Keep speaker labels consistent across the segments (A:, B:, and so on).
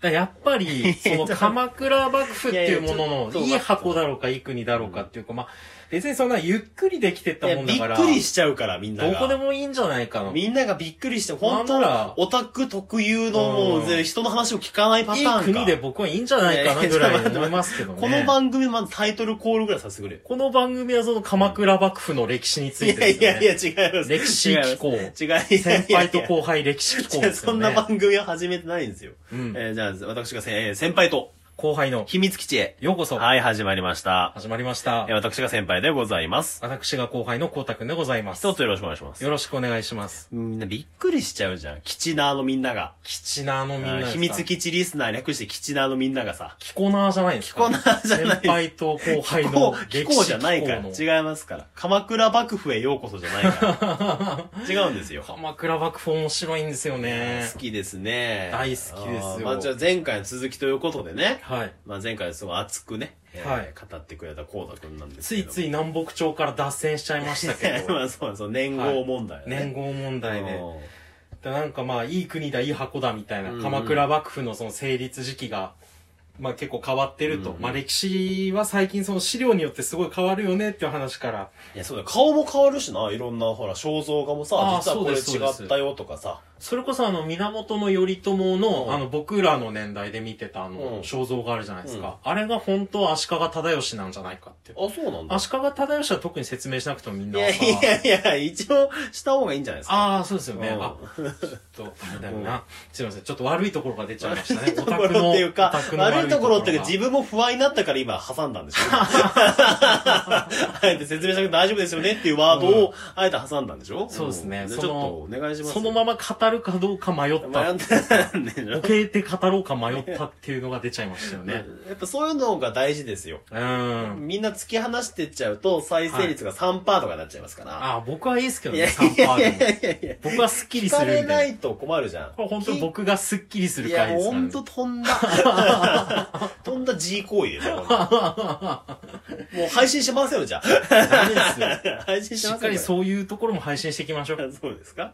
A: だからやっぱり、そ の鎌倉幕府っていうもの
B: いや
A: の、
B: いやちょっと
A: いい箱だろうか、いい国だろうかっていうか、まあ、別にそんなゆっくりできてった
B: いや
A: もんだ
B: びっ
A: から、
B: くりしちゃうから、みんな
A: ど
B: が。
A: こでもいいんじゃないかな。いい
B: みんながびっくりして、本当
A: なんなら
B: オタク特有のも
A: う
B: う、
A: ん
B: ぜ人の話を聞かないパターンか。
A: 国で僕はいいんじゃないかなぐらい思いますけどね。
B: この番組まずタイトルコールぐらいさせてくれよ。
A: この番組はその鎌倉幕府の歴史についてです、ね。
B: いやいやいや、違います。
A: 歴史機構
B: 違い ます。違います。
A: 先輩と後輩歴史機構
B: いや
A: です
B: そ
A: よ
B: ん
A: ね。
B: な番組は始めてないんですよ。
A: うん
B: えーじゃあ、私がせ、えー先輩と、
A: 後輩の、
B: 秘密基地へ。
A: ようこそ、
B: はい、始まりました。
A: 始まりました
B: えー。私が先輩でございます。
A: 私が後輩のこうたくんでございます。
B: 一つよろしくお願いします。
A: よろしくお願いします。
B: みんなびっくりしちゃうじゃん。キチナーのみんなが。
A: キチナーのみんなですか
B: 秘密基地リスナー略してキチナーのみんながさ。
A: キコナーじゃないんですか
B: キコナーじゃない
A: 先輩と後輩
B: こ
A: の
B: う、気
A: 歴史機
B: 候
A: 構の。
B: じゃないから。違いますから。鎌倉幕府へようこそじゃない から。違うんですよ。
A: 鎌倉幕府面白いんですよね。
B: 好きですね。
A: 大好きですよ
B: あーまあじゃあ前回の続きということでね。
A: はい。
B: まあ前回すごい熱くね、えー
A: はい
B: 語ってくれたコーダくんなんです
A: つ
B: け
A: い
B: ど。
A: つ
B: い
A: い南北朝から脱線しちゃいましたけ
B: ま
A: ど。
B: あそうそう、年号問題、ね
A: 年号問題ね。でなんかまあいい国だいい箱だみたいな
B: うんうん
A: 鎌倉幕府のその成立時期が、まあ、結構変わってると、
B: うんうん
A: まあ歴史は最近その資料によってすごい変わるよねっていう話から
B: いや、そうだよ、顔も変わるしな、いろんな、ほら、肖像画もさ、
A: あー
B: 実はこれ
A: そうです
B: 違ったよとかさ。
A: それこそあの源頼朝の,、
B: うん
A: あの僕らの年代で見てたあ
B: うん
A: の肖像があるじゃないですか、あれが本当は足利忠義なんじゃないかっていう
B: あ、そうなんだ。
A: 足利忠義は特に説明しなくてもみん
B: い
A: な
B: や
A: はさ
B: いやいや、一応、した方がいいんじゃないですか。
A: ああそうですよね、
B: うん
A: あちょっとあれだよな、すいませんちょっと悪いところが出ちゃいましたね
B: 悪いところっていうか
A: オタク、のオタクの
B: 悪いところっていうか、
A: が
B: 自分も不安になったから今挟んだんですよ。あえて説明しなくて大丈夫ですよねっていうワード
A: う
B: を、あえて挟んだんでしょ
A: そうですね
B: んじゃあ
A: そ
B: ちょ
A: の
B: っとお願いします。
A: そのまま語るかどうか迷った。
B: 迷ったんでしょ
A: ボケて語ろうか迷ったっていうのが出ちゃいましたよね。
B: やっぱそういうのが大事ですよ。
A: うん。
B: みんな突き放してっちゃうと、再生率が3%とかになっちゃいますから。
A: あ、僕はいいですけど
B: いや
A: ね、
B: い
A: 3%
B: やいやい
A: でも。
B: やいや。
A: 僕はスッキリ
B: 聞
A: す
B: か
A: る
B: れ
A: ん
B: な
A: で。
B: いと困るじゃん。
A: これ本当僕がスッキリする
B: いや、
A: 回です
B: ほ
A: からね
B: んと飛んだ。 飛んだ G 行為だよ、これもう配信しませんよ、じゃ
A: ダメですよ。
B: あ。配信 し
A: し
B: ま
A: っ
B: せ
A: か
B: ん
A: り
B: よ。
A: そういうところも配信していきましょう。
B: そうですか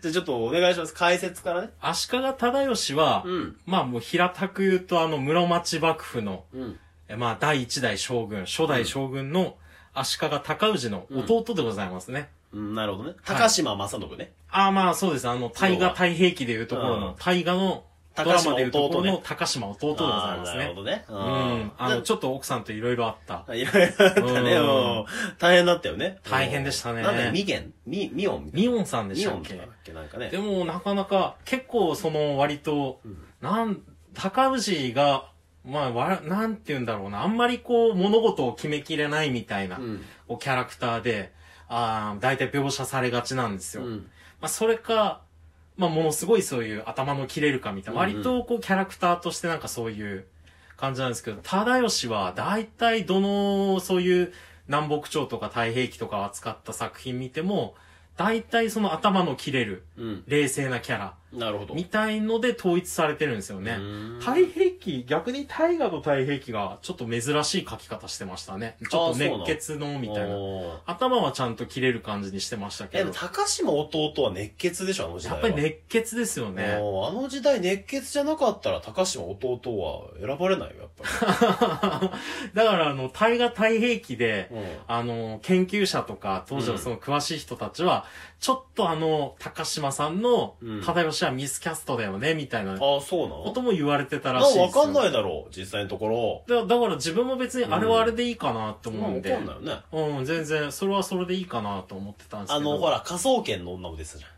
B: じゃあちょっとお願いします。解説からね。
A: 足利忠義は、
B: ん。
A: まあもう平たく言うとあの室町幕府の、
B: うん。
A: えまあ第一代将軍、初代将軍の足利尊氏の弟でございますね。
B: うん、なるほどね。高島正信ね。
A: ああ、まあそうです。あの、大河太平記でいうところ
B: う
A: の
B: ん、
A: 大河の、ド
B: 高
A: ラ
B: 島
A: マでいうとこ
B: 弟
A: ろの
B: ね。
A: 高島弟でございます
B: あーな
A: ね
B: るほ。どね。う
A: うん。あの、
B: な
A: ちょっと奥さんといろいろあった。
B: いろいろあったね。
A: うん
B: もう大変だったよね。
A: 大変でしたね
B: なんだミゲンミ、ミオン
A: ミオンさんでし
B: ミ
A: た
B: オン
A: っ
B: とかだっ
A: け
B: けなんかね
A: で。も、なかなか、結構、その、割と、なん、高氏が、まあ、わら、なんて言うんだろうな、あんまりこう、物事を決めきれないみたいな、
B: うん。
A: こうキャラクターで、ああ、大体描写されがちなんですよ。
B: うん
A: まあ、それか、まあ、ものすごいそういう頭の切れるかみたいな、
B: うんうん
A: 割とこうキャラクターとしてなんかそういう感じなんですけど、忠義は大体どの、そういう南北朝とか太平記とかを扱った作品見ても、大体その頭の切れる、
B: うん。
A: 冷静なキャラ、
B: なるほど。
A: みたいので統一されてるんですよ
B: う
A: ね。
B: ーん
A: 太平記、逆に大河と太平記がちょっと珍しい書き方してましたね。ちょっと熱血のみたいな。
B: おー
A: 頭はちゃんと切れる感じにしてました
B: え、
A: け
B: で
A: ど
B: も。高島弟は熱血でしょ、あの時代
A: やっ
B: は。
A: ぱり熱血ですよね。
B: もうあの時代熱血じゃなかったら高島弟は選ばれないよ、やっぱ
A: だから、あの、大河太平記で、
B: り。うん
A: あの、研究者とか、当時のその詳しい人たちは、ちょっとあの、高島さんの
B: うん、
A: 忠義はミスキャストだよね、みたいなこ
B: ああ、そうなの
A: とも言われてたら
B: な
A: しい
B: わ
A: ですよ。
B: かんないだろう、実際のところ。
A: だだから自分も別にあれはあれでいいかなと思
B: まあ
A: うん
B: わ
A: で
B: かん。ないよね。
A: うん、全然、それはそれでいいかなと思ってたんですけど。
B: あの、ほ。ら、科捜研の女もですじゃん。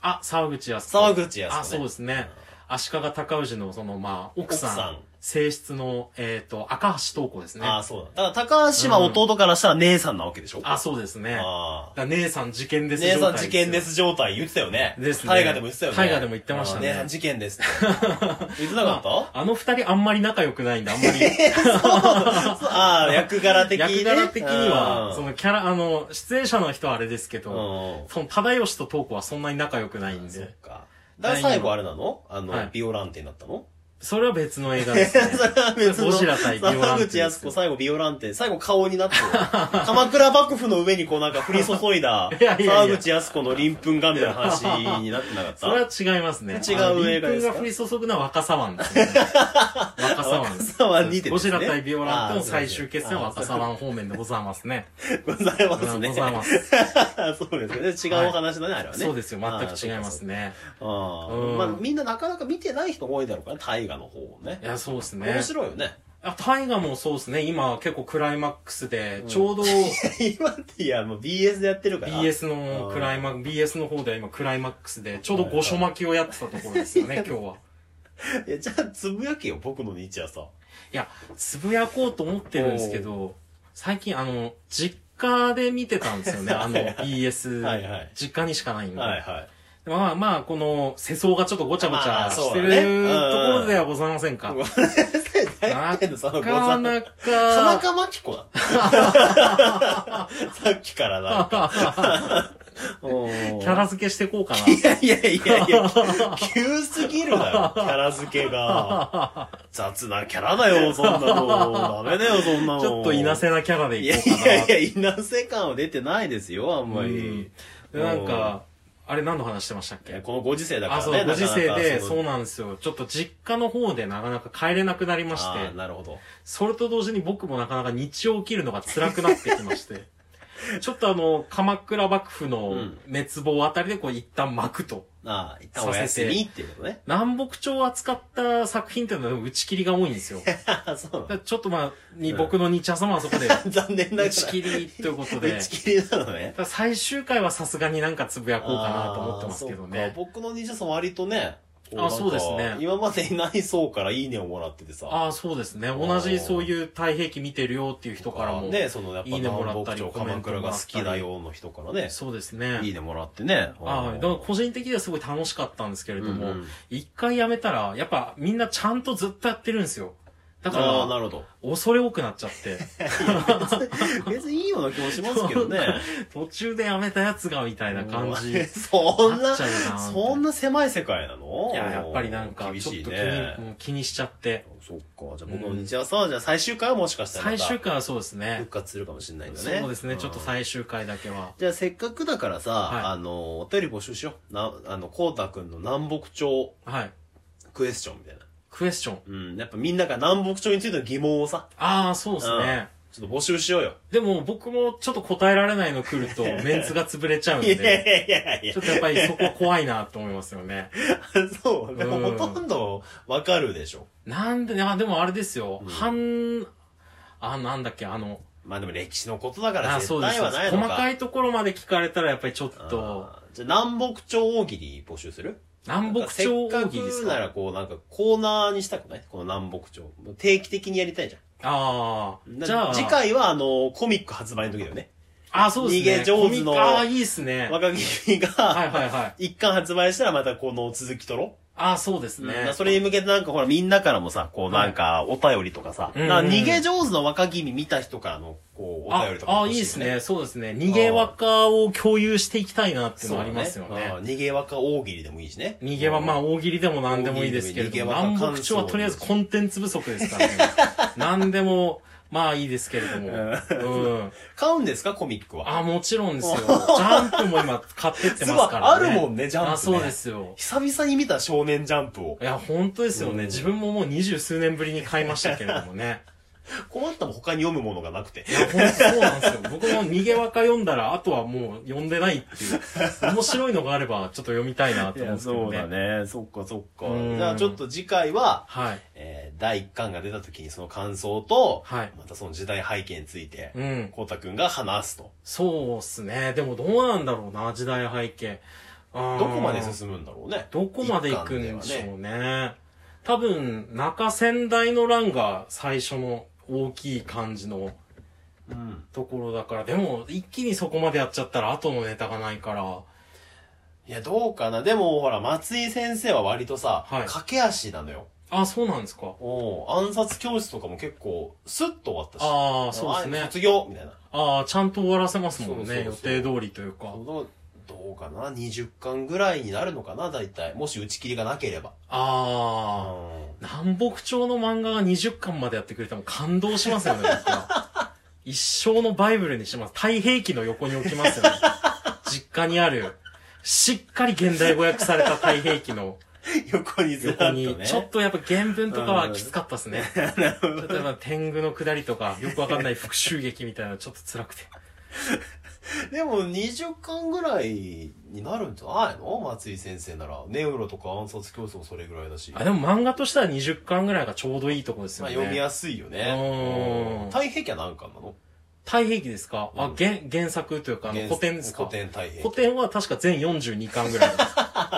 A: あ、沢口康子。
B: 沢口康子ね
A: あ、そうですね。足利尊氏のその、まあ、奥さん。
B: 奥さん
A: 正室の、えっ、と、赤橋東子ですね。
B: ああ、そうだ。だから、高島弟からしたら姉さんなわけでしょ
A: あ、そうですね。
B: ああ。
A: だから姉さん事件です
B: 姉
A: 状
B: さん
A: 態。
B: 事件ですす状態言ってたよね。
A: ですね
B: 大河でも言ってたよね。
A: 大河でも言ってましたね
B: ああ姉さん事件ですって。 言ってなかった
A: あの二人あんまり仲良くないんで、あん まり。
B: ああ、役柄的にね。
A: 役柄的には、そ
B: うん
A: のキャラ、あの、出演者の人はあれですけど、
B: うん。
A: その、忠義と東子はそんなに仲良くないん
B: そっ
A: で。
B: か。だから最後あれなのあの、
A: はい
B: ビオランテになったの
A: それは別の映画ですね。
B: それは別
A: ゴ
B: の
A: ジラ対ビオランテ
B: 沢口康子、最後ビオランテ。最後顔になってる。鎌倉幕府の上にこうなんか降り注いだ、
A: いやいやいや
B: 沢口康子の鱗粉がみたいな話になってなかっ
A: それ
B: た
A: は違いますね。
B: 違う映画
A: あのリン
B: ですか
A: クが降り注ぐのは若さ湾ですね。 若さ湾
B: 若狭湾にてですね
A: ゴジラ対ビオランテの最終決戦は若さ湾方面でございますね。
B: ございますね。
A: ございます。
B: そうですね。違うお話だね、あれはね。
A: そうですよ。全く違いま
B: ね
A: すね。
B: ああ、
A: うん
B: まあみんななかなか見てない人が多いだろうからね、大河の方をね
A: い。や、そうですね
B: 面。白いよね。
A: あ大河もそうですね。今結構クライマックスで、
B: うん
A: ちょうど
B: 今って、いや、もう BS でやってるから。
A: BS のクライマック、BS の方では今クライマックスで、ちょうど五所巻きをやってたところですよ ね、今日は。
B: いや、じゃあ、つぶやけよ、僕の日夜さ。
A: いや、つぶやこうと思ってるんですけど、最近あの、実家で見てたんです よね、あの BS。
B: はいはい
A: 実家にしかないんで。
B: はいはい。
A: まあまあ、この、世相がちょっとごちゃごち
B: まあ
A: ゃ
B: そう
A: し
B: だ
A: て
B: ね
A: るところではございませんか。
B: ごめんなさい、 何言ってんの、その
A: な
B: ござ
A: か
B: ん。
A: な
B: 田
A: か、
B: 中真紀子だ。さっきからなんか。
A: キ
B: キ
A: ャラ付けしてこうかな。
B: いやいやいやいや、急すぎるだろ、キャラ付けが。雑なキャラだよ、そんなの。ダメだよ、そん なの。
A: ちょっといなせなキャラで
B: い
A: いこ
B: や
A: う
B: い
A: かな。
B: やいや、いなせ感は出てないですよ、あんまり。
A: でなんか、あれ何の話してましたっ
B: いや、
A: け
B: このご時世だか
A: あ、
B: ら
A: そ
B: ね。
A: う、ご時世で、そううなんですよ。ちょっと実家の方でなかなか帰れなくなりまし
B: あ
A: て
B: ー、なるほど。
A: それと同時に僕もなかなか日を起きるのが辛くなってきま して、ちょっとあの、鎌倉幕府
B: う
A: の
B: ん
A: 滅亡あたりでこう一旦巻くと。
B: ああ、一旦お休みっていうことね。
A: 南北朝を扱った作品っていうのは打ち切りが多いんです よ。だか
B: ああ、そうな
A: ら
B: ん
A: ちょっとまあ、に僕の日朝もあそこで、
B: だ。残 念ながら。
A: 打ち切りということで
B: 打ち切りなのね
A: た。だ最終回はさすがになんかつぶやこうかなと思ってますけど
B: あー
A: ね。
B: そうか僕の西田さん割とね、こ
A: あそうですね
B: なんか今までいない層からいいねをもらっててさ。
A: ああ、そうですね。同じそういう太平記見てるよっていう人からも。
B: ね、そのやっぱ
A: いいねもら
B: 南
A: った
B: 北
A: り
B: 朝
A: コメ
B: 鎌
A: ントもら
B: 倉
A: ったり
B: が好きだよの人からね、
A: そうですね。
B: いいねもらってね。
A: ああ、だから個人的にはすごい楽しかったんですけれど
B: う
A: も
B: んうん、
A: 一、回やめたら、やっぱみんなちゃんとずっとやってるんですよ。だか
B: ああ、な
A: ら、
B: るほど。
A: 恐れ多くなっちゃって、
B: 別にいいような気もしますけどね。
A: 途中でやめたやつがみたいな感じ。
B: うん
A: い
B: そん
A: な
B: な
A: っちゃうなみたいな
B: そんな狭い世界なの
A: や、やっぱりなんか、
B: 厳
A: ちょっ
B: しい
A: と気に,、
B: ね。
A: もう気にしちゃって。
B: そっか。じゃあ僕の日朝は、じゃあ最終回はもしかしたらま
A: 最
B: た
A: 終回はそうですね
B: 復。活するかもしれないんだね。
A: そうですね、
B: ん
A: ちょっと最終回だけは。
B: じゃあせっかくだからさ、
A: はい
B: あの、お便り募集しよう。な、あの、こうたくんの南北朝
A: はい。
B: クエスチョンみたいな。
A: クエスチョン。
B: うん。やっぱみんなが南北朝についての疑問をさ、
A: ああ、そうですね。
B: ちょっと募集しようよ。
A: でも僕もちょっと答えられないの来ると、メンツが潰れちゃうん
B: いやいや
A: で、
B: いやいや
A: ちょっとやっぱりそこ怖いなと思いますよね。
B: そう。でも
A: うん
B: ほとんどわかるでしょ。
A: なんで、あ、でもあれですよ。
B: うん
A: 半、あ、なんだっけ、あの、
B: まあでも歴史のことだから
A: あ、
B: 絶
A: そうです
B: 対は
A: そうで
B: ない
A: す。
B: のか。
A: 細かいところまで聞かれたらやっぱりちょっと、
B: あーじゃあ南北朝大喜利募集する
A: 南北朝奥義です
B: せっかくな
A: か。
B: らこうなんかコーナーにしたくないこの南北朝。定期的にやりたいじゃ
A: あ
B: ん。
A: あ、じゃあ、
B: 次回はあの、コミック発売の時だよね。
A: あ、そうですね。
B: 逃げ上手の
A: コミックああ、いいですね。
B: 若君
A: はい
B: が、
A: はいはい。
B: 一巻発売したらまたこの続きとろ
A: ああ、そうです
B: う。
A: ね
B: うん。それに向けてなんかほらみんなからもさ、こうなんかお便りとかさ、
A: うんうん
B: なんか逃げ上手の若君見た人からのこうお
A: あ
B: 便りとか
A: あ、
B: 欲
A: い
B: し
A: い
B: よ
A: ですね。。そうですね。逃げ若を共有していきたいなっていうのはありますよ
B: そうだ
A: ね
B: あ。ー逃げ若大喜利でもいいしね。
A: 逃げは、まあ、大喜利でも何でもいいですけれども、
B: 大喜利でもいい
A: 南北朝はとりあえずコンテンツ不足ですから ね。何でも、まあいいですけれども。うん。
B: 買うんですかコミックは。
A: あ、もちろん ですよ。ジャンプも今買ってってますからね。
B: そうあるもんねジャンプね
A: あ、そうですよ。
B: 久々に見た少年ジャンプを
A: い。や、本当ですよ
B: うん
A: ね。自分ももう二十数年ぶりに買いましたけれども ね。
B: 困ったも他に読むものがなくて。
A: いや、本当そうなんですよ。僕も逃げ若読んだら、あとはもう読んでないっていう。面白いのがあれば、ちょっと読みたいなと思うん ですけどね。
B: ね。そっかそっ
A: うん
B: じゃあちょっと次回は、
A: はい。
B: えー第1巻が出た時にその感想と、
A: はい
B: またその時代背景について、
A: うん。
B: こうたくんが話すと。
A: そうっすね。でもどうなんだろうな、時代背景。ど
B: どこまで進むんだろうね。
A: どこまで行くんで
B: 一
A: し
B: 巻
A: ょうね。多分、中仙台の乱が最初の大きい感じの
B: ではねうん。
A: ところだから、でも一気にそこまでやっちゃったら後のネタがないから、
B: いや、どうかな。でも、ほら、松井先生は割とさ、
A: はい
B: 駆け足なのよ。
A: あ、そうなんですか。
B: おう暗殺教室とかも結構、スッと終わったし。
A: ああ、そうです
B: あ
A: ね。
B: 卒業みたいな。
A: ああ、ちゃんと終わらせますもん
B: そうそう
A: ね。
B: そ
A: 予
B: う
A: 定通りというか。
B: そうどうかな20巻ぐらいになるのかな大体もし打ち切りがなければ
A: ああ、南北朝の漫画が20巻までやってくれても感動しますよね、僕 は一生のバイブルにします。太平記の横に置きますよね。実家にある、しっかり現代語訳された太平記の
B: 横にず
A: 横
B: らっと
A: に、
B: ね
A: ちょっとやっぱ原文とかはきつかったですね。
B: なるほど
A: 例えば天狗の下りとか、よくわかんない復讐劇みたいなのちょっと辛くて。
B: でも20巻ぐらいになるんじゃないの松井先生ならネウロとか暗殺競争それぐらいだし
A: あ、でも漫画としては20巻ぐらいがちょうどいいとこです
B: ま
A: よね。
B: あ、読みやすいよ
A: うん
B: ねうん太平記は何巻なの
A: 太平記ですか、あ
B: うん、
A: 原、原作というか、あの、古典ですか
B: 古典太平
A: 古典は確か全42巻ぐらいです。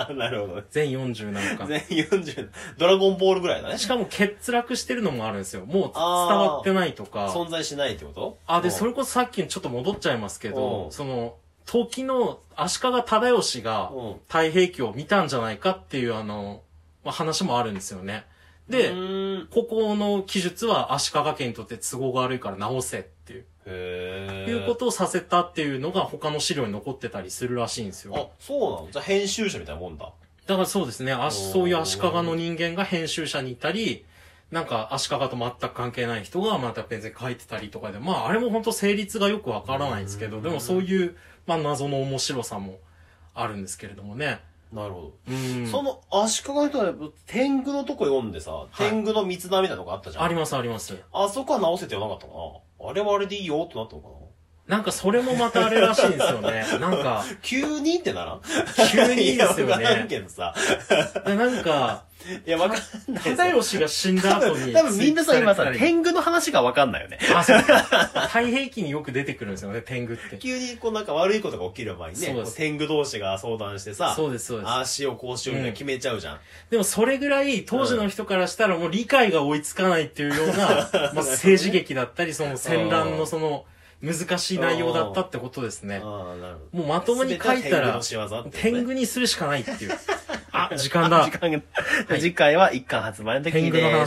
B: 典 なるほどね
A: 全40なんか。
B: 全40ドラゴンボールぐらいだね
A: しかも欠落してるのもあるんですよ。もうつ伝
B: あー
A: わってないとか。
B: 存在しないってこと
A: あ、で、そ
B: れ
A: れこそさっきにちょっと戻っちゃいますけ
B: う
A: ど、
B: ん
A: その、時の足利忠義が
B: うん
A: 太平記を見たんじゃないかっていうあの、まあ、話もあるんですよね。
B: う
A: で、
B: ーん
A: ここの記述は足利家にとって都合が悪いから直せっていう、
B: へえ
A: いうことをさせたっていうのが他の資料に残ってたりするらしいんですよ。
B: あそうなのじゃあ編集者みたいなもんだ
A: だからそうですね、あ
B: おー
A: そういう足利の人間が編集者にいたり、なんか足利と全く関係ない人がまた別に書いてたりとかで、まああれも本当成立がよくわからないんですけど、でもそういう、まあ謎の面白さもあるんですけれどもね。
B: なるほ
A: うん
B: ど。その足利の人はやっぱ天狗のとこ読んでさ、
A: い
B: 天狗の密談みたいなのがあったじゃん。
A: ありますあります。
B: あそこは直せてはなかったかな。あれはあれでいいよってなったのか
A: なんかそれもまたあれらしいんですよ ね。なんか、
B: な。急にってならん
A: 急にです
B: いや
A: よ
B: わからん
A: ね。
B: けどさ。
A: でなんか、
B: いや、わかんないさ。
A: 忠義が死んだ
B: 多
A: 後に
B: 分、多分みんなさ、今さ、
A: 追記れたり
B: 天狗の話がわかんないよね。
A: あ、そうか太平記によく出てくるんですよね、天狗って。
B: 急にこうなんか悪いことが起きる前にね
A: そう、で
B: こ
A: す
B: う天狗同士が相談してさ、
A: そうです、そうです。
B: ああしようこうしようみたいな決めちゃうじゃん。
A: でもそれぐらい当時の人からしたらもう理解が追いつかないっていう ような、まあ政治劇だったり、その戦乱のその難しい内容だったってことですね。
B: ああ、なるほど。
A: もうまともに書いたら、
B: 全ては天狗の仕業ってことね
A: 天狗にするしかないっていう。あ、時間だ
B: 時。間が
A: はい
B: 次回は一巻発売の時です。
A: 天狗の話